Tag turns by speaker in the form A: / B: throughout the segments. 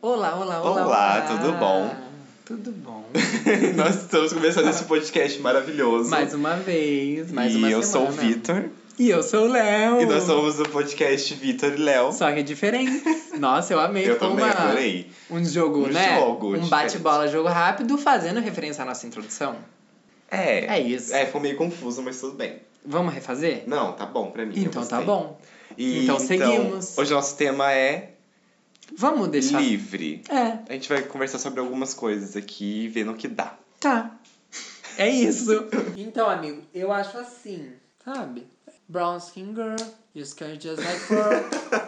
A: Olá, olá, olá.
B: Olá, tudo bom?
A: Tudo bom.
B: Nós estamos começando esse podcast maravilhoso.
A: Mais uma vez, mais
B: e
A: uma
B: eu sou
A: semana.
B: o Vitor.
A: E eu sou o Léo.
B: E nós somos o podcast Vitor e Léo.
A: Só que é diferente. Nossa, eu amei.
B: Eu
A: Ficou
B: também
A: uma-
B: adorei.
A: Um jogo,
B: Um
A: né?
B: jogo
A: um
B: diferente.
A: bate-bola, jogo rápido, fazendo referência à nossa introdução.
B: É.
A: É isso.
B: É, ficou meio confuso, mas tudo bem.
A: Vamos refazer?
B: Não, tá bom pra mim. eu
A: então tá
B: gostei.
A: bom.
B: E,
A: Então seguimos.
B: Hoje nosso tema é
A: Vamos deixar.
B: livre.
A: É,
B: A gente vai conversar sobre algumas coisas aqui e ver no que dá.
A: tá. É isso. então, amigo, eu acho assim, sabe? Brown skin girl, you scared just like girl.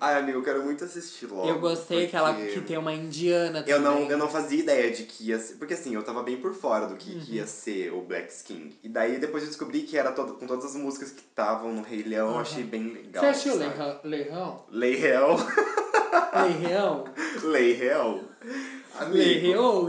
C: Ai, amigo, eu quero muito assistir logo.
A: Eu gostei que ela que tem uma indiana também.
C: Eu não, eu não fazia ideia de que ia ser. Porque assim, eu tava bem por fora do que, que ia
A: Uhum.
C: ser o Black Skin. E daí depois eu descobri que era todo, com todas as músicas que estavam no Rei Leão,
A: Aham.
C: achei bem legal.
A: Você assistiu
C: sabe?
A: Leirão?
C: tá.
A: Leirão?
C: Lei Real.
A: Leirão?
C: Lei Real. Amigo,
A: Leirão?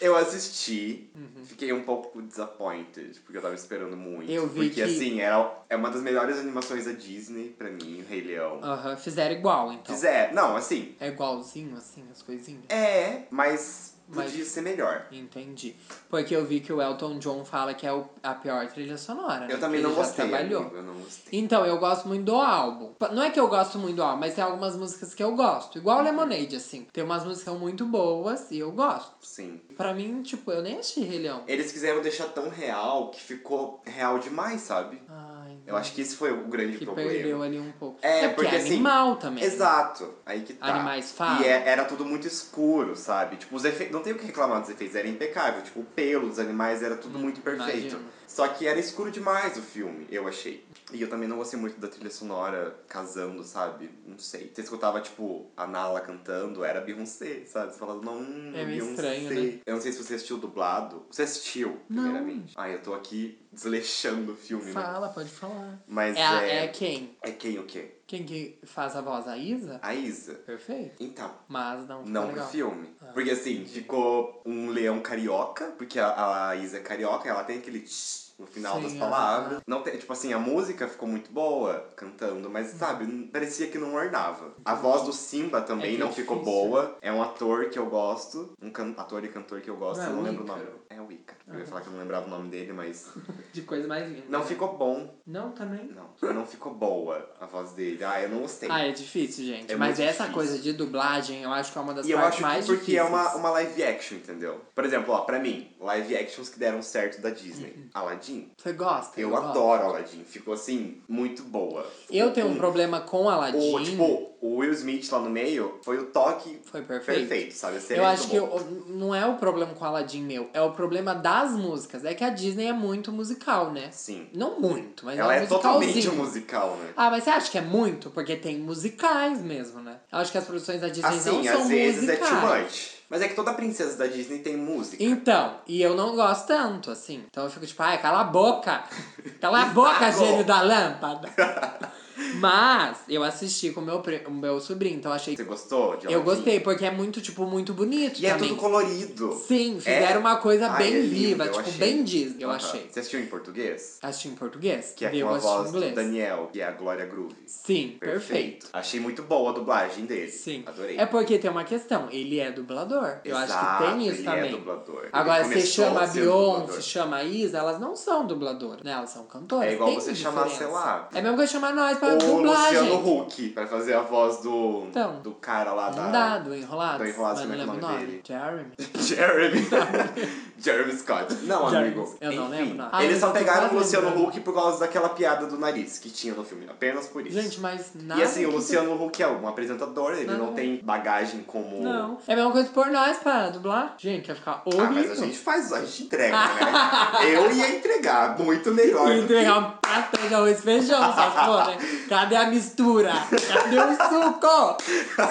C: eu assisti,
A: Uhum.
C: fiquei um pouco disappointed, porque eu tava esperando muito.
A: Eu vi
C: porque
A: que-
C: assim, era, é uma das melhores animações da Disney pra mim, o Rei Leão.
A: Aham, fizeram igual, então.
C: Fizer, não, assim,
A: É igualzinho, assim, as coisinhas.
C: é, mas
A: Mas-
C: podia ser melhor.
A: Entendi. Porque eu vi que o Elton John fala que é o- a pior trilha sonora. né?
C: Eu também
A: Ele
C: não
A: já
C: gostei.
A: trabalhou.
C: amigo, eu não gostei.
A: Então, eu gosto muito do álbum. Pa- Não é que eu gosto muito do álbum, mas tem algumas músicas que eu gosto.
C: Uhum.
A: Igual Lemonade, assim. Tem umas músicas muito boas e eu gosto.
C: Sim.
A: Pra mim, tipo, eu nem achei Rei Leão.
C: Eles quiseram deixar tão real que ficou real demais, sabe?
A: Ai,
C: Eu acho que esse foi o grande
A: que
C: problema.
A: perdeu ali um pouco.
C: É,
A: porque
C: porque,
A: é
C: assim,
A: animal também. né?
C: Exato. Aí que tá.
A: Animais falam.
C: E é- era tudo muito escuro, sabe? Tipo, os efeitos. Não tem o que reclamar dos efeitos, era impecável. Tipo, o pelo dos animais era tudo muito perfeito.
A: Hum, imagino.
C: Só que era escuro demais o filme, eu achei. E eu também não gostei muito da trilha sonora casando, sabe? Não sei. Você escutava, tipo, a Nala cantando, era Beyoncé, sabe? Você falava, não,
A: É meio
C: Beyoncé.
A: estranho, né?
C: Eu não sei se você assistiu dublado. Você assistiu,
A: Não.
C: primeiramente. Ai, eu tô aqui desleixando o filme, né?
A: Fala, pode falar.
C: Mas
A: É, a- é
C: é...
A: quem?
C: é quem o quê?
A: Quem que faz a voz? A Isa?
C: A Isa.
A: Perfeito.
C: Então,
A: Mas não ficou
C: Não pro
A: legal.
C: filme.
A: Ah,
C: porque assim,
A: entendi.
C: ficou um leão carioca, porque a, a Isa é carioca, ela tem aquele tsh no final
A: Sim,
C: das
A: ah.
C: palavras. Não tem, tipo assim, a música ficou muito boa cantando, mas
A: Hum.
C: sabe, n- parecia que não ornava. A voz do Simba
A: É
C: também
A: que é
C: não ficou
A: difícil,
C: boa. É um ator que eu gosto, um can- ator e cantor que eu gosto,
A: Não é
C: eu não lembro o
A: Ícaro?
C: nome. É o Ícaro. Eu ia falar que eu não lembrava o nome dele, mas
A: De coisa mais linda.
C: não
A: né?
C: ficou bom.
A: Não, também.
C: Não, não ficou boa a voz dele. Ah, eu não gostei.
A: Ah, é difícil, gente.
C: É
A: Mas
C: muito
A: essa
C: difícil.
A: coisa de dublagem, eu acho que é uma das
C: E eu
A: partes
C: acho
A: mais
C: que porque é
A: difíceis.
C: uma, uma live action, entendeu? Por exemplo, ó, pra mim, live actions que deram certo da Disney. Aladdin.
A: Você gosta?
C: Eu
A: Uhum. gosto.
C: adoro Aladdin. Ficou assim, muito boa.
A: Eu tenho um
C: O-
A: problema com Aladdin.
C: O, tipo, o Will Smith lá no meio foi o toque
A: Foi perfeito.
C: perfeito, sabe? Assim,
A: Eu acho que
C: eu...
A: eu- não é o problema com Aladdin meu, é o problema das músicas. É que a Disney é muito musical, né?
C: Sim.
A: Não muito, mas
C: Ela
A: é um
C: é totalmente
A: musicalzinho.
C: um musical, né?
A: Ah, mas você acha que é muito? Porque tem musicais mesmo, né? Eu acho que as produções da Disney não
C: Assim,
A: são
C: às vezes é
A: musicais.
C: too much. Mas é que toda princesa da Disney tem música.
A: Então, e eu não gosto tanto, assim. Então eu fico tipo, ai, cala a boca! Cala a boca,
C: Saco!
A: gênio da lâmpada! Mas eu assisti com o meu, pri- o meu sobrinho, então eu achei.
C: Você gostou de
A: Eu
C: Aladdin?
A: gostei, porque é muito, tipo, muito bonito.
C: E é
A: pra
C: tudo
A: mim.
C: colorido.
A: Sim, fizeram
C: É?
A: uma coisa
C: Ai,
A: bem
C: é lindo,
A: viva,
C: eu
A: tipo,
C: achei.
A: bem Disney, eu
C: Aham.
A: achei.
C: Você assistiu em português?
A: Assisti em português,
C: Que é
A: eu
C: com a
A: assisti em
C: voz do
A: inglês.
C: Daniel, que é a Glória Groove.
A: Sim, perfeito.
C: Achei muito boa a dublagem dele.
A: Sim.
C: Adorei.
A: É porque tem uma questão, ele é dublador. Eu
C: Exato,
A: acho que tem isso
C: ele
A: também.
C: É dublador. Ele
A: Agora, você
C: começou
A: chama a
C: sendo
A: Beyoncé,
C: dublador.
A: chama a Isa, elas não são dubladoras, né? Elas são cantoras.
C: É igual
A: tem
C: você
A: diferença.
C: chamar, sei lá,
A: É mesmo que eu chamar nós pra
C: Ou o
A: dublar,
C: Luciano
A: gente.
C: Huck, pra fazer a voz do,
A: Então.
C: do cara lá da...
A: Não dá, do Enrolados.
C: tá? Do Enrolados,
A: mas não
C: como é que
A: lembro
C: é
A: o
C: o
A: nome.
C: nome dele?
A: Jeremy.
C: Jeremy. Jeremy Scott. Não,
A: Jeremy.
C: amigo.
A: Eu não
C: Enfim,
A: lembro, não. Ah,
C: Eles
A: eu
C: só
A: tô
C: pegaram
A: quase
C: o Luciano
A: lembrando.
C: Huck por causa daquela piada do nariz que tinha no filme. Apenas por isso.
A: Gente, mas nada.
C: e assim, o
A: que-
C: Luciano Huck é um apresentador, ele não,
A: Não.
C: tem bagagem como...
A: Não. É a mesma coisa por nós pra dublar. Gente, vai ficar horrível.
C: Ah, mas a gente faz, a gente entrega, né? Eu ia entregar muito melhor.
A: E
C: do que-
A: entregar um prato de arroz e feijão, essas porra, né? Cadê a mistura? Cadê o suco?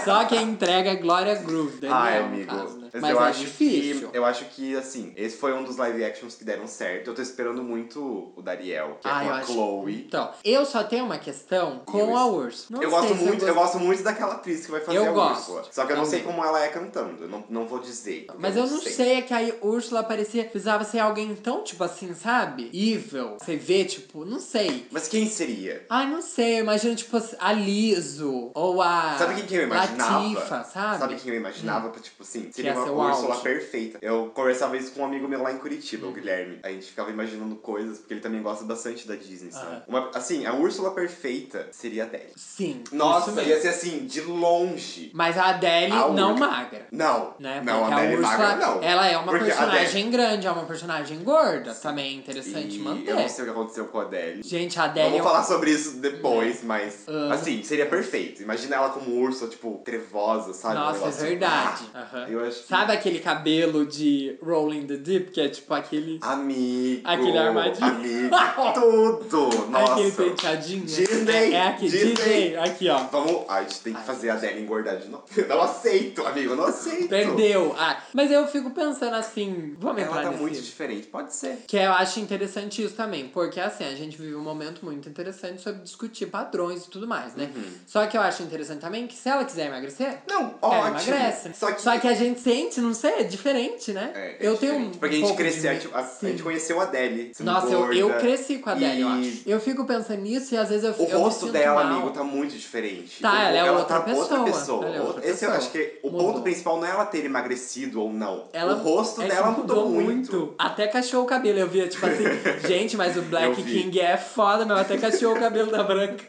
A: Só quem entrega é Glória Groove, Daniel,
C: Ai,
A: no
C: amigo.
A: caso, né?
C: Mas,
A: Mas
C: eu
A: é
C: acho
A: difícil.
C: que. Eu acho que, assim, esse foi um dos live actions que deram certo. Eu tô esperando muito o Dariel, que
A: Ah,
C: é
A: eu
C: com a
A: acho-
C: Chloe.
A: Então, eu só tenho uma questão com
C: Isso.
A: a Urso. Não
C: eu
A: sei
C: gosto
A: se
C: muito, eu,
A: eu gosto-
C: gosto muito daquela atriz que vai fazer
A: Eu
C: a
A: gosto.
C: Úrsula. Só que eu não sei
A: Também.
C: como ela é cantando. Eu não, não vou dizer. porque
A: Mas eu não sei. é que aí Úrsula parecia. Precisava ser alguém tão, tipo assim, sabe? Evil. Você vê, tipo, não sei.
C: Mas quem seria?
A: Ai, não sei, eu imagino, tipo, a Liso ou a
C: Sabe quem que eu imaginava?
A: Latifa, sabe?
C: quem eu imaginava? Tipo assim, seria
A: ia
C: uma
A: ser o
C: Úrsula
A: auge. Uhum.
C: perfeita. Eu conversava isso com um amigo meu lá em Curitiba, o Guilherme. A gente ficava imaginando coisas, porque ele também gosta bastante da Disney, sabe?
A: Aham.
C: Uma- assim, a Úrsula perfeita seria a Adele.
A: Sim. isso
C: Nossa,
A: mesmo.
C: ia ser assim, de longe.
A: Mas a Adele
C: A
A: não
C: única-
A: magra.
C: Não,
A: Né?
C: não,
A: Porque
C: a Adele
A: Úrsula,
C: magra não.
A: ela é uma
C: Porque a
A: personagem grande, é uma personagem gorda. Também é interessante
C: E
A: manter.
C: Eu não sei o que aconteceu com a Adele.
A: Gente, a
C: Eu
A: Adele é
C: vou
A: um-
C: falar sobre isso depois, mas
A: Ah.
C: assim, seria perfeito. Imagina ela como urso, tipo, trevosa, sabe? Um
A: Nossa, é
C: negócio-
A: verdade.
C: Ah,
A: Aham.
C: Eu acho que...
A: Sabe aquele cabelo de Rolling the Deep, que é tipo aquele.
C: Amigo.
A: Aquele armadilho.
C: Amigo. Tudo. Ah, Nossa.
A: Aquele penteadinho.
C: Disney,
A: É, é aqui,
C: Disney.
A: Disney. Aqui, ó.
C: Vamos. Ai, a gente tem que
A: Ai,
C: fazer a Adele engordar de novo. Eu não aceito, amigo. Eu não aceito.
A: Perdeu. Ah, mas eu fico pensando assim. Vamos
C: Ela
A: entrar
C: tá
A: nesse.
C: muito diferente. Pode ser.
A: Que eu acho interessante isso também, porque assim, a gente vive um momento muito interessante sobre discutir padrões e tudo mais, né?
C: Uhum.
A: Só que eu acho interessante também que se ela quiser emagrecer,
C: Não,
A: ela
C: ótimo.
A: emagrece.
C: Só que.
A: a gente sente, não sei, é diferente, né?
C: É, é
A: eu
C: diferente.
A: tenho um.
C: Porque a gente
A: pouco de
C: cresceu,
A: medo.
C: tipo, a, a
A: Sim.
C: gente conheceu a Adele. sendo
A: Nossa, eu, eu
C: gorda.
A: cresci com a Adele, eu
C: E-
A: acho. Eu fico pensando nisso e às vezes eu eu
C: O
A: me
C: rosto
A: sinto
C: dela,
A: mal.
C: amigo, tá muito diferente.
A: Tá,
C: O-
A: ela é outra
C: tá
A: pessoa,
C: outra pessoa.
A: ela é outra
C: Esse eu
A: pessoa.
C: acho que o
A: Mudou.
C: ponto principal não é ela ter emagrecido ou não.
A: Ela,
C: o rosto
A: é que
C: dela mudou, muito.
A: Até cacheou o cabelo. Eu via, tipo assim, gente, mas o
C: Eu
A: Black
C: vi.
A: King é foda, meu. Até cacheou o cabelo da branca.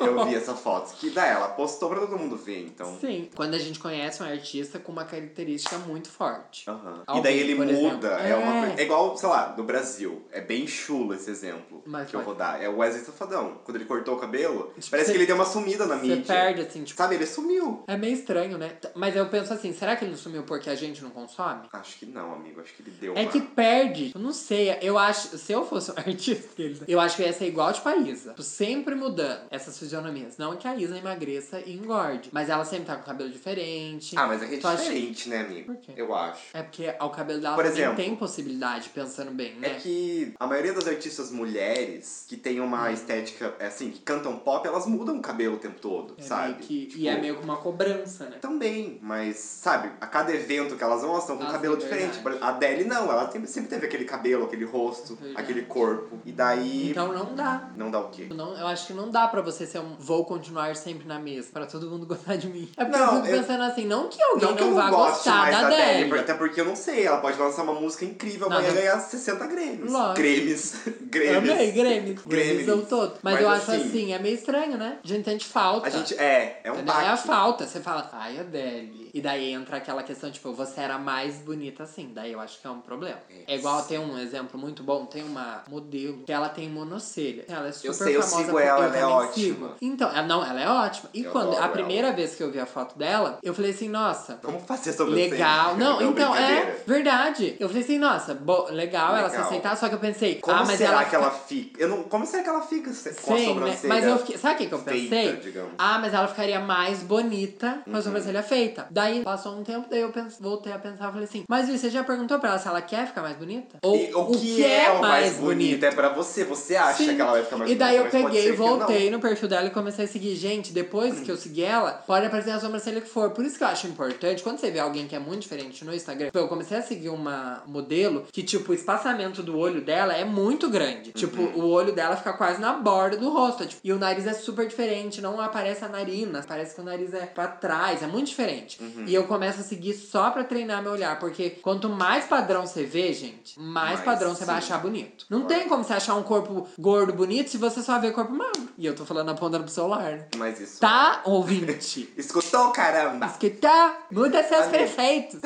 C: Eu vi essa foto que da ela postou pra todo mundo ver, então.
A: Sim. Quando a gente conhece um artista com uma característica muito forte.
C: Aham. E
A: Alguém,
C: daí ele
A: por exemplo.
C: muda. É, uma
A: É.
C: coisa- é igual, sei lá, do Brasil. É bem chulo esse exemplo
A: Mas
C: que eu
A: pode.
C: vou dar. É o Wesley Safadão. Quando ele cortou o cabelo,
A: Tipo,
C: parece
A: você-
C: que ele deu uma sumida na
A: Você
C: mídia.
A: perde, assim, tipo.
C: Sabe, ele sumiu.
A: É meio estranho, né? T- Mas eu penso assim, será que ele não sumiu porque a gente não consome?
C: Acho que não, amigo. Acho que ele deu
A: É
C: uma.
A: que perde. Eu não sei. Eu acho. Se eu fosse um artista, eles- eu acho que eu ia ser igual tipo a Isa. Tipo, sempre mudando essas fisionomias. Não que a Isa emagreça e engorde. Mas ela sempre tá com cabelo diferente.
C: Ah, mas é que é
A: Tu acha-
C: diferente, né, amigo?
A: Por quê?
C: Eu acho.
A: É porque o cabelo dela
C: Por
A: também
C: exemplo,
A: tem possibilidade, pensando bem,
C: É
A: né?
C: que a maioria das artistas mulheres que tem uma
A: Hum.
C: estética, assim, que cantam pop, elas mudam o cabelo o tempo todo,
A: É
C: sabe?
A: meio que-
C: Tipo,
A: E é meio que uma cobrança, né?
C: Também, mas, sabe, a cada evento que elas vão, elas estão com um
A: Nossa,
C: cabelo
A: é
C: diferente.
A: verdade.
C: A Adele não, ela sempre, sempre teve aquele cabelo, aquele rosto,
A: Verdade.
C: aquele corpo. E daí.
A: Então não dá.
C: Não dá o quê?
A: Eu não- eu acho que não dá pra você ser um vou continuar sempre na mesa, pra todo mundo gostar de mim. É porque
C: Não,
A: eu fico
C: eu-
A: pensando assim, não que alguém
C: Não
A: não,
C: que eu não
A: vá
C: goste
A: gostar
C: mais
A: da
C: da Adele,
A: Adele.
C: até porque eu não sei, ela pode lançar uma música incrível,
A: Não,
C: amanhã
A: não.
C: ganhar 60 grêmios.
A: Lógico.
C: Grêmios. grêmios.
A: Amei, Grêmio.
C: Grêmios.
A: Grêmio todo. Mas,
C: Mas
A: eu acho
C: assim-
A: assim, é meio estranho, né? A gente sente falta.
C: A gente. É, é um
A: Entendeu? É a
C: baque.
A: falta, você fala, ai, Adele. E daí entra aquela questão, tipo, você era mais bonita assim. Daí eu acho que é um problema. É,
C: É,
A: igual, tem um exemplo muito bom, tem uma modelo que ela tem monocelha. Ela é super
C: Eu sei, eu
A: famosa.
C: sigo
A: por-
C: ela, ela é
A: também
C: ótima.
A: sigo. Então, ela, não, ela é ótima. E
C: Eu
A: quando,
C: adoro
A: a
C: ela.
A: primeira vez que eu vi a foto dela, eu falei assim, nossa,
C: Vamos fazer sobre
A: Legal.
C: você.
A: Não, então, é
C: brincadeira.
A: verdade. Eu falei assim, nossa, bo- legal, ela se
C: Legal.
A: aceitar, só que eu pensei,
C: Como
A: ah, mas
C: será
A: ela
C: que ela fica? Eu não, como será que ela fica se- com a
A: sem, né?
C: sobrancelha?
A: Mas eu fiquei, sabe o que, que eu
C: feita, Uhum.
A: pensei?
C: digamos.
A: Ah, mas ela ficaria mais bonita com a sobrancelha feita. Daí passou um tempo, daí eu pens- voltei a pensar, falei assim, mas Luiz, você já perguntou pra ela se ela quer ficar mais bonita? Ou
C: E o que, é, o mais bonito? É pra você, você acha
A: Sim.
C: que ela vai ficar mais
A: E daí eu
C: bonita, mas pode
A: peguei e
C: ser que não.
A: voltei no perfil dela e comecei a seguir. Gente, depois que eu segui ela, pode aparecer a sobrancelha que for. Por isso que eu acho importante, quando você vê alguém que é muito diferente no Instagram, tipo, eu comecei a seguir uma modelo que, tipo, o espaçamento do olho dela é muito grande. Tipo,
C: Uhum.
A: o olho dela fica quase na borda do rosto. tipo, e o nariz é super diferente, não aparece a narina, parece que o nariz é pra trás, é muito diferente.
C: Uhum.
A: E eu começo a seguir só pra treinar meu olhar, porque quanto mais padrão você vê, gente, mais,
C: Mais,
A: padrão você vai
C: sim.
A: achar bonito. Não
C: Claro.
A: tem como você achar um corpo gordo bonito se você só vê corpo magro. E eu tô falando apontando pro celular, né?
C: Mas isso.
A: Tá, ouvinte?
C: Escutou, caramba?
A: Mas que tá, muda seus
C: Amigo.
A: perfeitos.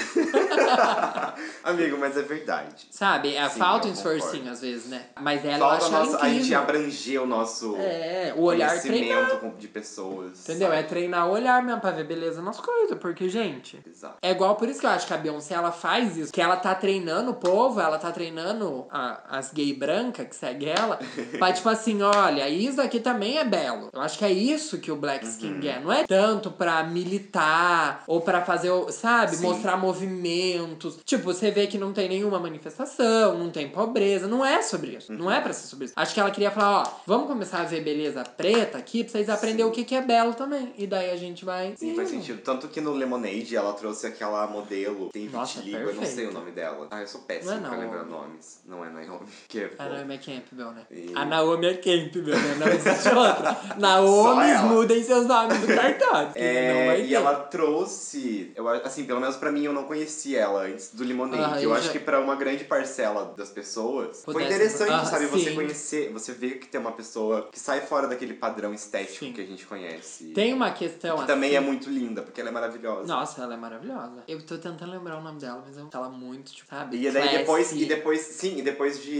C: Amigo, mas é verdade.
A: Sabe, é,
C: Sim,
A: falta um
C: eu concordo.
A: esforcinho às vezes, né? Mas ela
C: Falta
A: acha
C: nossa- a gente
A: incrível.
C: abranger o nosso
A: É, o olhar treinar.
C: conhecimento com- de pessoas.
A: Entendeu? É treinar o olhar mesmo pra ver beleza nas coisas, porque, gente.
C: Exato.
A: É igual, por isso que eu acho que a Beyoncé, ela faz isso. Que ela tá treinando o povo, ela tá treinando a- as gay brancas que segue ela. pra, tipo assim, olha, isso aqui também é belo. Eu acho que é isso que o
C: Uhum.
A: Black Skin é. Não é tanto pra militar ou pra fazer, o- sabe?
C: Sim.
A: Mostrar movimentos. Tipo, você vê que não tem nenhuma manifestação, não tem pobreza. Não é sobre isso.
C: Uhum.
A: Não é pra ser sobre isso. Acho que ela queria falar, ó, vamos começar a ver beleza preta aqui pra vocês aprenderem o que, que é belo também. E daí a gente vai...
C: Sim, faz sentido. Tanto que no Lemonade ela trouxe aquela modelo, tem
A: Nossa,
C: vitiligo, eu não sei
A: perfeito.
C: o nome dela. Ah, eu sou péssimo
A: Não é
C: pra
A: Naomi.
C: lembrar nomes. Não é Naomi. Que é
A: A
C: bom.
A: Naomi é Campbell, né?
C: E-
A: A Naomi é Campbell, né? Não existe outra. Naomi,
C: ela.
A: mudem seus nomes do cartório. que não
C: É,
A: vai
C: e
A: ter.
C: ela trouxe, eu, a- assim, pelo menos pra mim eu não conhecia ela antes do Limonade.
A: Aham,
C: eu
A: eu
C: acho
A: já-
C: que pra uma grande parcela das pessoas foi
A: Pudesse-
C: interessante,
A: Ah,
C: sabe? Você
A: sim.
C: conhecer, você ver que tem uma pessoa que sai fora daquele padrão estético
A: Sim.
C: que a gente conhece.
A: Tem uma questão
C: que também
A: assim-
C: é muito linda, porque ela é maravilhosa.
A: Nossa, ela é maravilhosa. Eu tô tentando lembrar o nome dela, mas eu... ela é muito, tipo, sabe?
C: E daí depois,
A: classy.
C: e depois, sim, e depois de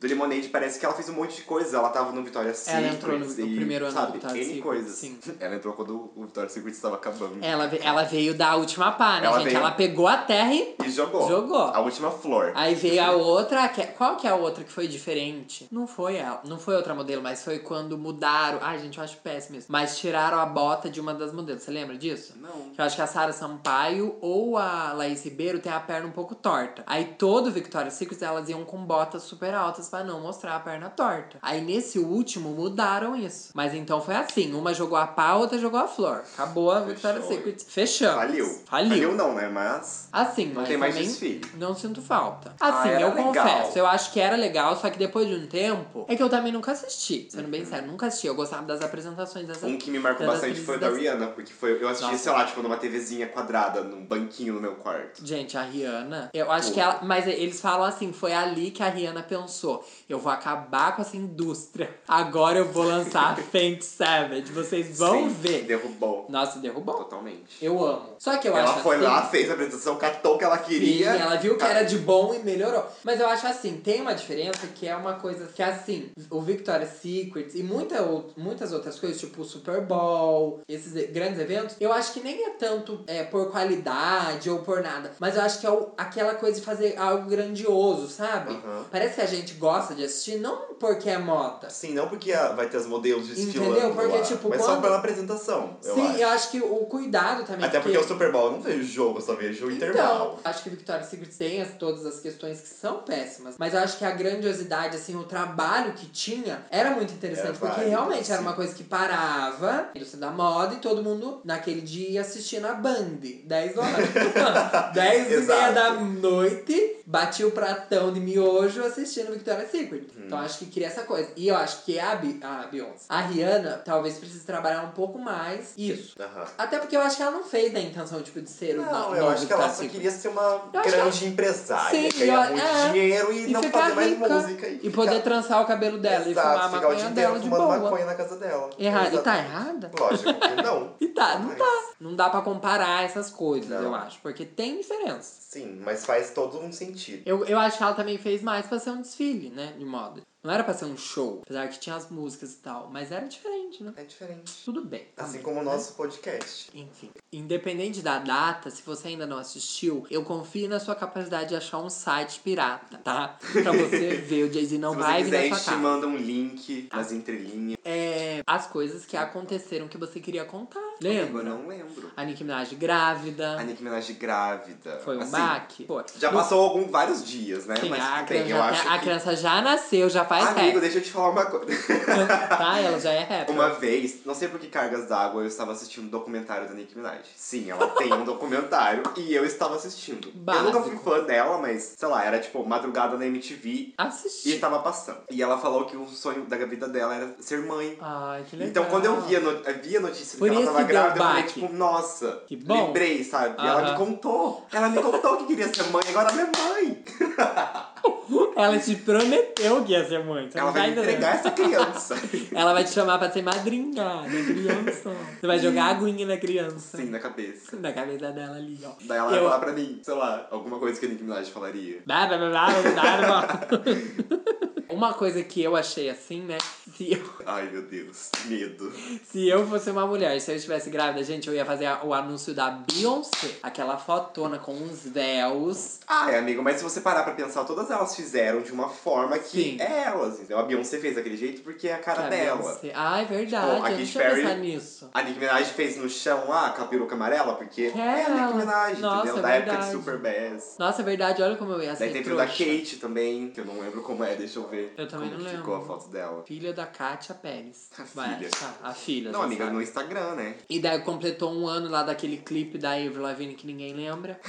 C: do Lemonade parece que ela fez um monte de coisas. Ela tava no Vitória Secret.
A: Ela entrou no- no
C: e,
A: primeiro ano do
C: sabe,
A: Victoria's
C: N
A: Secret,
C: coisas.
A: sim.
C: Ela entrou quando o Vitória Secret estava acabando.
A: Ela, ve- ela veio da última pá, né,
C: Ela
A: gente?
C: veio-
A: Ela pegou a terra e...
C: E jogou.
A: Jogou.
C: A última flor.
A: Aí veio a outra, que- qual que é a outra que foi diferente? Não foi ela, não foi outra modelo, mas foi quando mudaram. Ai, gente, eu acho péssimo isso. Mas tiraram a bota de uma das modelos, você lembra disso?
C: Não.
A: Que eu acho que a Sara Sampaio ou a Laís Ribeiro tem a perna um pouco torta. Aí todo Victoria's Secret elas iam com botas super altas pra não mostrar a perna torta. Aí nesse último mudaram isso. Mas então foi assim, uma jogou a pá, a outra jogou a flor. Acabou a Victoria's
C: Fechou.
A: Secret. Fechamos.
C: Faliu.
A: Faliu.
C: não, né? Mas.
A: Assim,
C: Não
A: mas
C: tem mais
A: também
C: desfile. Ah,
A: Não sinto falta. Assim,
C: era
A: eu
C: legal.
A: confesso, eu acho que era legal, só que depois de um tempo. É que eu também nunca assisti, sendo bem
C: Uhum.
A: sério, nunca assisti. Eu gostava das apresentações dessa.
C: Um que me marcou
A: das
C: bastante foi o da
A: atrizes
C: Rihanna, porque foi, eu assisti,
A: Nossa.
C: sei lá, tipo, numa TVzinha quadrada, num banquinho no meu quarto.
A: Gente, a Rihanna, eu acho
C: Pô.
A: que ela. Mas eles falam assim, foi ali que a Rihanna pensou: eu vou acabar com essa indústria. Agora eu vou lançar a Faint Savage. Vocês vão
C: Sim,
A: ver.
C: Derrubou.
A: Nossa, derrubou.
C: Totalmente.
A: Eu amo. Só que eu
C: ela
A: acho
C: foi
A: assim,
C: lá, fez a apresentação, catou o que ela
A: Sim,
C: queria. tá.
A: ela viu que
C: Ca-
A: era de bom e melhorou. Mas eu acho assim, tem uma diferença que é uma coisa que assim, o Victoria's Secret e muita, ou- muitas outras coisas, tipo o Super Bowl, esses e- grandes eventos, eu acho que nem é tanto é, por qualidade ou por nada. Mas eu acho que é o- aquela coisa de fazer algo grandioso, sabe?
C: Aham.
A: Parece que a gente gosta de assistir, não porque é moda.
C: Sim, não porque ah, vai ter os modelos desfilando
A: Entendeu? Porque,
C: lá,
A: tipo,
C: mas só
A: quando-
C: pela apresentação, eu
A: Sim,
C: acho.
A: eu acho que o cuidado também.
C: Até porque o Super Bowl eu não vejo jogo, eu só vejo o intervalo.
A: Então, acho que Victoria's Secret tem as- todas as questões que são péssimas. Mas eu acho que a grandiosidade, assim, o trabalho que tinha era muito interessante.
C: Era
A: porque
C: válido,
A: realmente era
C: sim.
A: uma coisa que parava, indústria da moda, e todo mundo naquele dia ia assistir na Band. 10 horas. 10 e meia
C: Exato.
A: da noite, batia o pratão de miojo assistindo Victoria's Secret.
C: Uhum.
A: Então acho que cria essa coisa. E eu acho que a, Bi- a Beyoncé, a Rihanna, talvez precise trabalhar um pouco mais isso.
C: Aham.
A: Até porque eu acho que ela não fez na intenção, tipo, de ser o
C: Não,
A: no-
C: eu
A: novo
C: acho que ela
A: Victoria's
C: só
A: Secret.
C: queria ser uma
A: Eu acho
C: grande empresária,
A: Sim,
C: ganhar
A: eu-
C: muito
A: é.
C: dinheiro e,
A: E
C: não
A: ficar
C: fazer mais
A: rica.
C: música.
A: E poder
C: ficar-
A: transar o cabelo dela e
C: Exato,
A: fumar a
C: ficar o dia
A: maconha
C: inteiro
A: dela de
C: fumando
A: boa.
C: maconha na casa dela.
A: Erra- E tá
C: Exato.
A: errada?
C: Lógico que não. Ah,
A: E tá, não
C: Mas-
A: tá. Não dá pra comparar essas coisas,
C: Não.
A: eu acho. Porque tem diferença.
C: Sim, mas faz todo um sentido.
A: Eu, eu acho que ela também fez mais pra ser um desfile, né? De moda. Não era pra ser um show. Apesar que tinha as músicas e tal. Mas era diferente, né?
C: É diferente.
A: Tudo bem. tá
C: Assim
A: bem,
C: como o
A: né?
C: nosso podcast.
A: Enfim, independente da data, se você ainda não assistiu, eu confio na sua capacidade de achar um site pirata, tá? Pra você ver, o Jay-Z não
C: Se
A: vai
C: você
A: vir da
C: quiser,
A: sua Tá.
C: a gente te
A: casa.
C: manda um link nas entrelinhas.
A: é, as coisas que aconteceram que você queria contar.
C: Eu
A: Lembra?
C: não lembro.
A: A Nicki Minaj grávida.
C: A Nicki Minaj grávida.
A: Foi um
C: Assim,
A: baque. Foi.
C: Já
A: No-
C: passou algum, vários dias, né?
A: Sim,
C: Mas
A: a,
C: tudo bem,
A: criança
C: eu
A: já,
C: acho
A: a
C: que...
A: criança já nasceu, já faz
C: Amigo,
A: rap.
C: deixa eu te falar uma coisa.
A: tá? Ela já é rap.
C: Uma vez, não sei por que cargas d'água, eu estava assistindo um documentário da Nicki Minaj. Sim, ela tem um documentário e eu estava assistindo. Eu nunca fui
A: Básico.
C: fã dela, mas, sei lá, era tipo madrugada na MTV e
A: Assisti.
C: tava passando. E ela falou que o sonho da vida dela era ser mãe.
A: Ai, que legal.
C: Então, quando eu vi a, no- eu vi a notícia de
A: Por
C: que ela
A: isso
C: tava
A: que deu
C: grávida, eu falei,
A: baque.
C: tipo, nossa,
A: Que bom.
C: lembrei, sabe? E Ela
A: Aham.
C: me contou. Ela me contou que queria ser mãe, agora ela é mãe.
A: Ela te prometeu que ia ser mãe. você
C: ela
A: não
C: vai me
A: entendendo.
C: entregar essa criança.
A: Ela vai te chamar pra ser madrinha da criança. Você vai jogar aguinha na criança.
C: Sim, na cabeça.
A: Na cabeça dela ali, ó.
C: Daí ela vai
A: Eu-
C: falar pra mim, sei lá, alguma coisa que a Nicki Minaj falaria.
A: Blá, blá, blá, blá, blá, blá. Uma coisa que eu achei assim, né? Se eu,
C: Ai, meu Deus, medo.
A: se eu fosse uma mulher, se eu estivesse grávida, gente, eu ia fazer a- o anúncio da Beyoncé. Aquela fotona com uns véus.
C: Ai, amigo, mas se você parar pra pensar, todas elas fizeram de uma forma que
A: Sim.
C: é elas, entendeu? A Beyoncé fez daquele jeito porque é a
A: que
C: cara
A: a
C: dela.
A: Beyoncé- Ah, é verdade.
C: Tipo, a
A: eu não
C: Katy
A: tinha
C: Perry-
A: pensado nisso.
C: A Nicki Minaj fez no chão lá, com a peruca amarela, porque
A: Que
C: é a
A: ela.
C: Nicki Minaj,
A: Nossa,
C: entendeu?
A: é
C: da época de
A: verdade.
C: Super Bass.
A: Nossa, é verdade. Olha como eu ia ser
C: Daí teve o da
A: trouxa.
C: Kate também, que eu não lembro como é, deixa eu ver.
A: Eu também
C: como
A: não
C: que ficou a
A: lembro.
C: foto dela.
A: Filha da Kátia Pérez.
C: A
A: Vai
C: filha.
A: achar. A filha.
C: Não,
A: você
C: amiga,
A: sabe.
C: no Instagram, né?
A: E daí completou um ano lá daquele clipe da Avril Lavigne que ninguém lembra.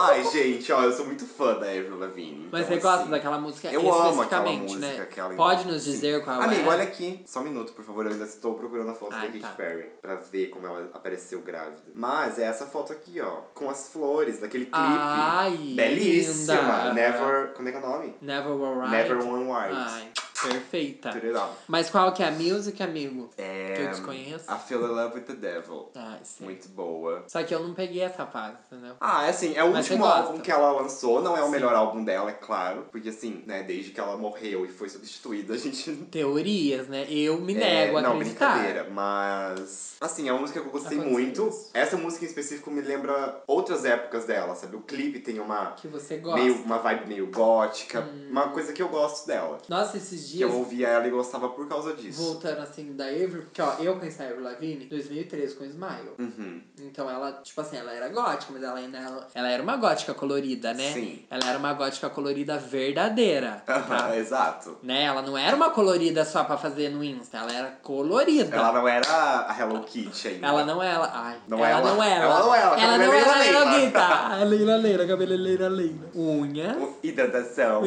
C: Ai, gente, ó, eu sou muito fã da Avril Lavigne.
A: Mas
C: então,
A: você gosta
C: assim,
A: daquela música
C: Eu amo aquela
A: especificamente,
C: música.
A: né?
C: Aquela...
A: Pode nos dizer qual
C: Amigo,
A: é?
C: olha aqui. Só um minuto, por favor. Eu ainda estou procurando a foto
A: Ah,
C: da Katy
A: tá.
C: Perry. Pra ver como ela apareceu grávida. Mas é essa foto aqui, ó. Com as flores, daquele clipe.
A: Ai,
C: Belíssima.
A: Ah, linda.
C: Never... Como é que é o nome?
A: Never Will Ride.
C: Never One White.
A: Ai, perfeita.
C: Tudo
A: Mas qual que é a music, amigo?
C: É...
A: Que eu desconheço.
C: I Feel in Love with the Devil.
A: Ai, sim.
C: Muito boa.
A: Só que eu não peguei essa fase, entendeu?
C: Ah, é assim, é o
A: Mas você
C: último
A: gosta?
C: álbum que ela lançou, não é o
A: Sim.
C: melhor álbum dela, é claro. Porque assim, né, desde que ela morreu e foi substituída, a gente
A: Teorias, né? Eu me
C: É,
A: nego a
C: não,
A: acreditar.
C: brincadeira, mas. Assim, é uma música que eu gostei
A: Aconteceu
C: muito.
A: isso.
C: Essa música em específico me lembra outras épocas dela, sabe? O clipe tem uma.
A: Que você gosta.
C: Meio, uma vibe meio gótica,
A: Hum.
C: uma coisa que eu gosto dela.
A: Nossa, esses
C: Que
A: dias.
C: eu ouvia ela e gostava por causa disso.
A: Voltando assim da Avril, porque ó, eu conheci a Avril Lavigne em 2013 com Smile.
C: Uhum.
A: Então ela, tipo assim, ela era gótica, mas ela ainda ela, ela era uma gótica colorida, né?
C: Sim.
A: Ela era uma gótica colorida verdadeira.
C: Aham,
A: tá?
C: Exato.
A: né? Ela não era uma colorida só pra fazer no Insta, ela era colorida.
C: Ela não era a Hello Kitty ainda.
A: Tá. Ela não é ela. Ai,
C: Não
A: ela,
C: é ela.
A: não é ela.
C: Ela não é ela,
A: Ela não é
C: cabelo é
A: ela,
C: Leila.
A: Leila Guita. Ah, Leila Leila, cabeleireira Leila. Unhas
C: Hidratação.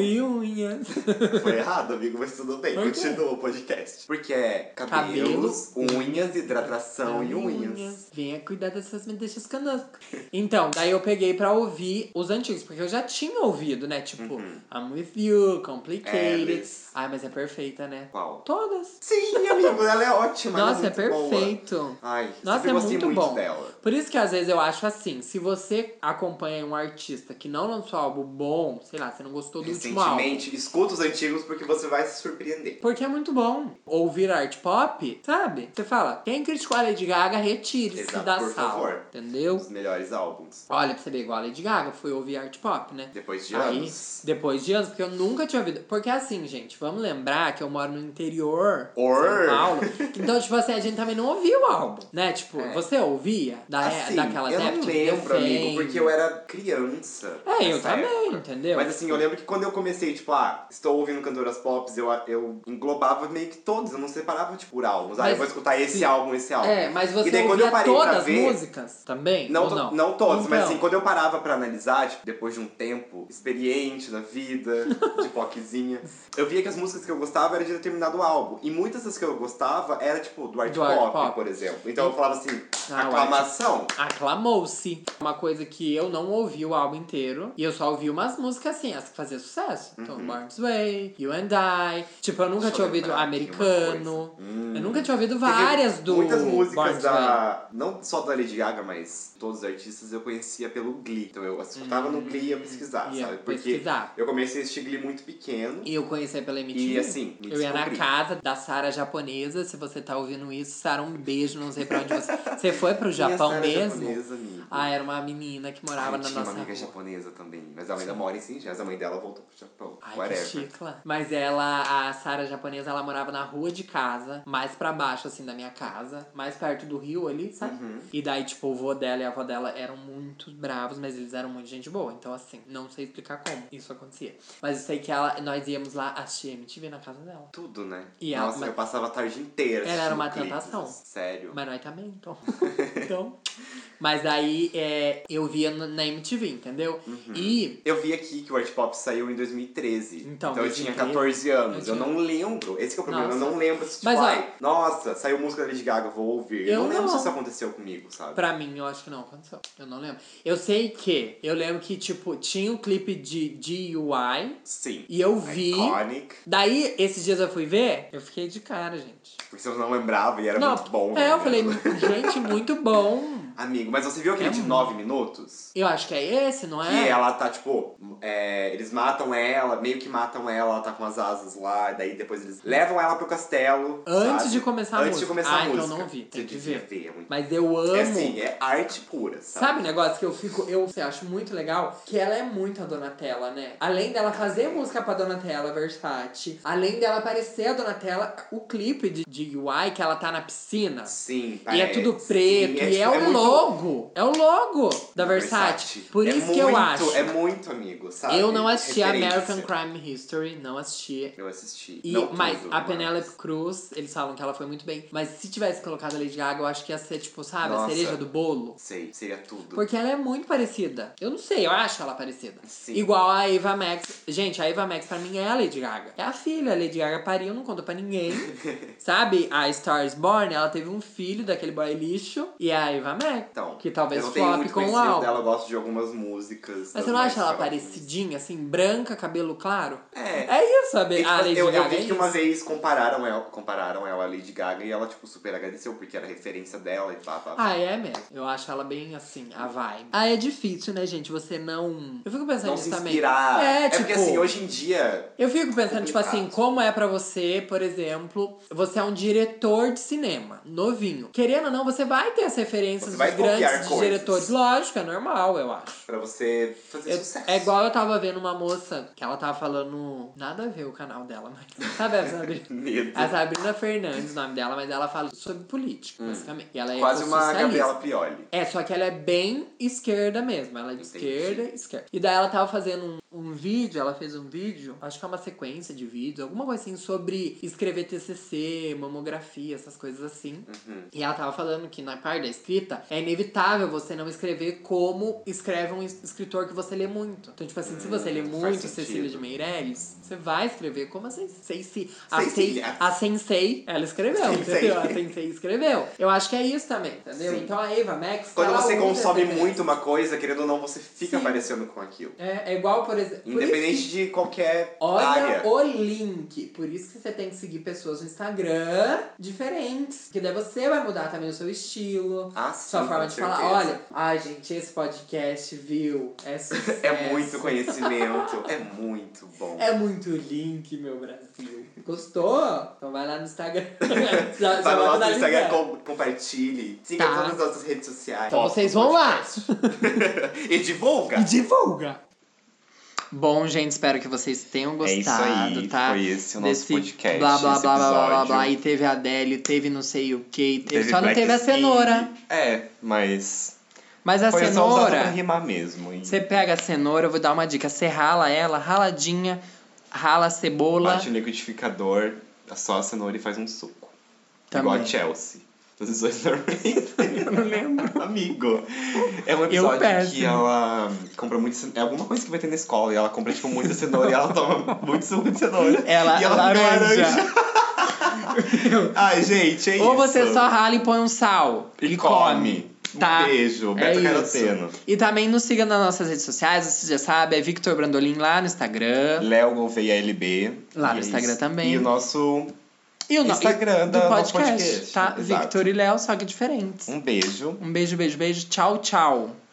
A: e unhas.
C: Foi errado, amigo, mas tudo bem.
A: Por quê?
C: Continua o podcast. Porque é cabelos, unhas, hidratação e unhas.
A: Venha cuidar dessas madeixas canascas. Então, daí eu peguei pra ouvir os antigos, porque eu já tinha ouvido, né? Tipo,
C: Uhum.
A: I'm With
C: É,
A: You, Complicated.
C: Alice.
A: Ai, mas é perfeita, né?
C: Qual?
A: Todas.
C: Sim, amigo, ela é ótima. ela
A: Nossa, é
C: muito boa.
A: perfeito.
C: Ai,
A: Nossa,
C: sempre
A: é
C: gostei
A: muito
C: muito,
A: bom.
C: dela.
A: Por isso que às vezes eu acho assim, se você acompanha um artista que não lançou álbum bom, sei lá, você não gostou do último álbum.
C: Recentemente, escuta os antigos porque você vai se surpreender.
A: Porque é muito bom ouvir arte pop, sabe? Você fala, quem criticou a Lady Gaga, retire-se
C: Exato,
A: da
C: por
A: sala.
C: favor.
A: Entendeu?
C: Os melhores álbuns.
A: Olha, pra você ver, igual a Lady Gaga, fui ouvir arte pop, né?
C: Depois de
A: Aí,
C: anos.
A: depois de anos, porque eu nunca tinha ouvido. Porque assim, gente, vamos lembrar que eu moro no interior de
C: Or.
A: São Paulo. Então, tipo assim, a gente também não ouvia o álbum, né? Tipo,
C: É.
A: você ouvia da,
C: Assim,
A: daquelas
C: eu
A: épocas
C: não
A: é, que deu
C: lembro, amigo,
A: fame?
C: porque eu era criança.
A: É, eu
C: nessa
A: também,
C: época.
A: entendeu?
C: Mas assim, eu lembro que quando eu comecei, tipo, ah, estou ouvindo cantoras pop, eu, eu englobava meio que todos, eu não separava, tipo, por álbuns. Ah,
A: Mas-
C: eu vou escutar esse
A: sim.
C: álbum, esse álbum.
A: É, mas você
C: E daí, quando eu
A: ouvia
C: parei pra
A: todas as
C: ver-
A: músicas também?
C: Não,
A: ou
C: to-
A: não?
C: não todos, mas
A: Então.
C: assim, quando eu parava pra analisar, tipo, depois de um tempo experiente da vida, de poquezinha, eu via que as músicas que eu gostava eram de determinado álbum. E muitas das que eu gostava era, tipo, do art,
A: Do art
C: pop,
A: pop.
C: por exemplo. Então eu falava assim,
A: Ah, o
C: aclamação.
A: Aclamou-se. Uma coisa que eu não ouvi o álbum inteiro. E eu só ouvi umas músicas assim, as que faziam sucesso. Então, Born This Way, You and I. Tipo, eu nunca
C: Uhum. Deixa
A: tinha
C: eu
A: ouvido
C: lembrar aqui uma
A: Americano.
C: coisa. Hum.
A: Eu nunca tinha ouvido
C: Teve
A: várias do né?
C: Muitas
A: Born
C: músicas
A: This Way.
C: da. Não só da Lady Gaga, mas todos os artistas eu conhecia pelo Glee. Então eu escutava no Glee e ia pesquisar,
A: Hum, Ia
C: sabe? Porque
A: pesquisar.
C: eu comecei a assistir Glee muito pequeno.
A: E eu conheci pela MTV.
C: E, assim, me
A: eu ia na
C: descobri.
A: casa da Sara japonesa. Se você tá ouvindo isso, Sara, um beijo. Não sei pra onde você. Você foi pro
C: Minha
A: Japão
C: Sarah
A: mesmo?
C: Japonesa, amigo.
A: Ah, era uma menina que morava na
C: Ai, tinha
A: nossa
C: uma amiga
A: rua.
C: japonesa também, mas ela ainda mora em Singapura, mas a mãe dela voltou pro Japão.
A: Ai, que
C: Whatever.
A: chicla. Mas ela, a Sara japonesa, ela morava na rua de casa, mais pra baixo, assim, da minha casa, mais perto do rio ali, sabe?
C: Uhum.
A: E daí, tipo, o vô dela e a avó dela eram muito bravos, mas eles eram muito gente boa. Então, assim, não sei explicar como isso acontecia. Mas eu sei que ela, nós íamos lá assistir MTV na casa dela.
C: Tudo, né?
A: E ela-
C: Nossa,
A: mas-
C: eu passava a tarde inteira.
A: Ela era uma
C: assistindo clipes,
A: tentação.
C: Sério.
A: Mas nós também, então. então. Mas aí é, eu via na na MTV, entendeu?
C: Uhum.
A: E
C: Eu vi aqui que o Art Pop saiu em 2013.
A: Então,
C: eu
A: 2013,
C: tinha 14 anos.
A: eu
C: Eu,
A: tinha-
C: não lembro. Esse que é o problema.
A: Nossa.
C: Eu não lembro se tipo,
A: Mas, ó-
C: ai, nossa, saiu música da Lady Gaga, vou ouvir.
A: Eu
C: não lembro
A: não.
C: se isso aconteceu comigo, sabe?
A: Pra mim, eu acho que não aconteceu. Eu não lembro. Eu sei que. Eu lembro que, tipo, tinha o clipe de DUI.
C: Sim. É
A: E eu vi.
C: Iconic.
A: Daí, esses dias eu fui ver, eu fiquei de cara, gente.
C: Porque você não lembrava e era
A: não,
C: muito bom.
A: É,
C: né?
A: eu falei, gente, muito bom.
C: Amigo, mas você viu aquele
A: É
C: de
A: muito.
C: 9 minutos?
A: Eu acho que é esse, não é?
C: Que ela tá, tipo, é, eles matam ela, meio que matam ela, ela tá com as asas lá, daí depois eles levam ela pro castelo.
A: Antes
C: sabe?
A: de começar a
C: Antes
A: música.
C: de começar
A: Ah,
C: a
A: então
C: música.
A: eu não vi, tem
C: Você
A: que
C: devia
A: ver.
C: ver, é muito.
A: Mas eu amo.
C: É assim, é arte pura, sabe?
A: Sabe o negócio que eu fico, eu assim, acho muito legal? Que ela é muito a Donatella, né? Além dela fazer música pra Donatella Versace, além dela parecer a Donatella, o clipe de, de UI que ela tá na piscina.
C: Sim,
A: E é
C: parece.
A: tudo preto,
C: Sim,
A: e é
C: tipo,
A: um
C: muito
A: logo. É o logo da Versace. Por
C: É
A: isso
C: muito,
A: que eu acho.
C: É muito amigo, sabe?
A: eu não assisti a
C: Referência.
A: American Crime History, não assisti.
C: Eu assisti.
A: E,
C: Não é.
A: mas
C: tudo,
A: a
C: mas-
A: Penélope Cruz, eles falam que ela foi muito bem. Mas se tivesse colocado a Lady Gaga, eu acho que ia ser, tipo, sabe, a
C: Nossa.
A: cereja do bolo.
C: Sei, seria tudo.
A: Porque ela é muito parecida. Eu não sei, eu acho ela parecida.
C: Sim.
A: Igual a Eva Max. Gente, a Eva Max pra mim é a Lady Gaga. É a filha. A Lady Gaga pariu, não contou pra ninguém. Sabe? A Stars Born, ela teve um filho daquele boy lixo. E é a Eva Max.
C: Então,
A: que talvez
C: eu não tenho
A: flop
C: muito
A: com o
C: conhecimento
A: álbum.
C: dela, eu gosto de algumas músicas.
A: Mas
C: das
A: você não
C: mais
A: acha ela
C: famosas.
A: parecidinha, assim, branca, cabelo claro?
C: É.
A: É isso, a, Be-
C: E, tipo,
A: a Lady
C: eu,
A: Gaga.
C: eu
A: é
C: vi que
A: isso.
C: uma vez compararam ela, compararam ela à Lady Gaga e ela, tipo, super agradeceu porque era referência dela e pá, pá. pá.
A: Ah, é mesmo. Eu acho ela bem assim, a vibe. Ah, é difícil, né, gente? Você não. Eu fico pensando
C: não
A: nisso
C: se
A: também.
C: inspirar.
A: É, tipo.
C: porque assim, hoje em dia.
A: Eu fico pensando, tipo
C: Complicado.
A: assim, como é pra você, por exemplo, você é um diretor de cinema, novinho. Querendo ou não, você vai ter as referências
C: Você vai
A: dos grandes
C: copiar coisas.
A: diretores. Lógico, é normal, eu acho.
C: Pra você fazer
A: Eu-
C: sucesso.
A: é igual eu tava vendo uma moça que ela tava falando. Nada a ver o canal dela, mas. Sabe a Sabrina?
C: Medo.
A: a Sabrina Fernandes, o nome dela, mas ela fala sobre política, basicamente. E ela é
C: Hum. Quase uma
A: socialista.
C: Gabriela Pioli.
A: É, só que ela é bem esquerda mesmo. Ela é de
C: Entendi.
A: esquerda, esquerda. E daí ela tava fazendo um, um vídeo, ela fez um vídeo, acho que é uma sequência de vídeos, alguma coisa assim, sobre escrever TCC, mamografia, essas coisas assim.
C: Uhum.
A: E ela tava falando que na parte da escrita é inevitável você não escrever como escreve um es- escritor que você lê muito. Então, tipo assim, se você lê
C: Hum, faz
A: muito
C: sentido.
A: Cecília de Meirelles, você vai escrever como a Sensei. se- A,
C: Cecília.
A: Sei- a Sensei, ela escreveu,
C: Sensei.
A: entendeu? A Sensei escreveu. Eu acho que é isso também, entendeu?
C: Sim.
A: Então a Eva Max.
C: Quando
A: ela
C: você
A: usa
C: consome
A: essa
C: muito uma coisa, querendo ou não, você fica
A: Sim.
C: aparecendo com aquilo.
A: É, é igual, por exemplo.
C: Independente de qualquer
A: Olha
C: área.
A: o link. Por isso que você tem que seguir pessoas no Instagram diferentes. Porque daí você vai mudar também o seu estilo.
C: Ah, sim,
A: Sua forma
C: com
A: de
C: certeza.
A: falar, olha, ai gente, esse podcast, viu? É sucesso.
C: É muito conhecimento. é muito bom.
A: É muito link, meu Brasil. Gostou? Então vai lá no Instagram. já, já
C: Vai no
A: finalizar.
C: nosso Instagram, com- compartilhe. Siga
A: Tá.
C: todas as nossas redes sociais.
A: Então
C: Posta
A: vocês
C: o
A: vão lá.
C: podcast. e divulga.
A: E divulga. Bom, gente, espero que vocês tenham gostado,
B: É isso aí,
A: tá?
B: foi esse o nosso
A: Desse
B: podcast,
A: Blá blá
B: esse
A: blá, blá blá blá
B: episódio.
A: blá. E teve a Adele, teve não sei o que, teve, só não
B: Black
A: teve a
B: Skin.
A: cenoura.
B: É, mas.
A: Mas a
B: foi só usado pra
A: cenoura,
B: rimar mesmo. e
A: você pega a cenoura, eu vou dar uma dica. Você rala ela, raladinha, rala a cebola
B: Bate um no liquidificador, é só a cenoura e faz um suco.
A: também.
B: Igual a Chelsea. Dos Dois Dormentes.
A: Eu não lembro.
B: Amigo. É um
A: Eu
B: episódio
A: péssimo.
B: que ela compra muito. cen- É alguma coisa que vai ter na escola. E ela compra, tipo, muita cenoura e ela toma muito suco de cenoura.
A: Ela,
B: e ela fica
A: laranja.
B: Ai, gente, é
A: Ou você
B: isso.
A: só rala e põe um sal.
B: E come.
A: Tá.
B: Um beijo. Beto
A: é
B: Caroteno.
A: isso. E também nos siga nas nossas redes sociais, você já sabe, é Victor Brandolin lá no Instagram.
B: Léo Gouveia LB.
A: Lá
B: E
A: no
B: é
A: Instagram
B: isso.
A: também.
B: E o nosso
A: E o no-
B: Instagram
A: e-
B: da-
A: do
B: do
A: podcast,
B: podcast,
A: tá?
B: exato.
A: Victor e Léo, só que diferentes.
B: um beijo.
A: Um beijo, beijo, beijo. Tchau, tchau.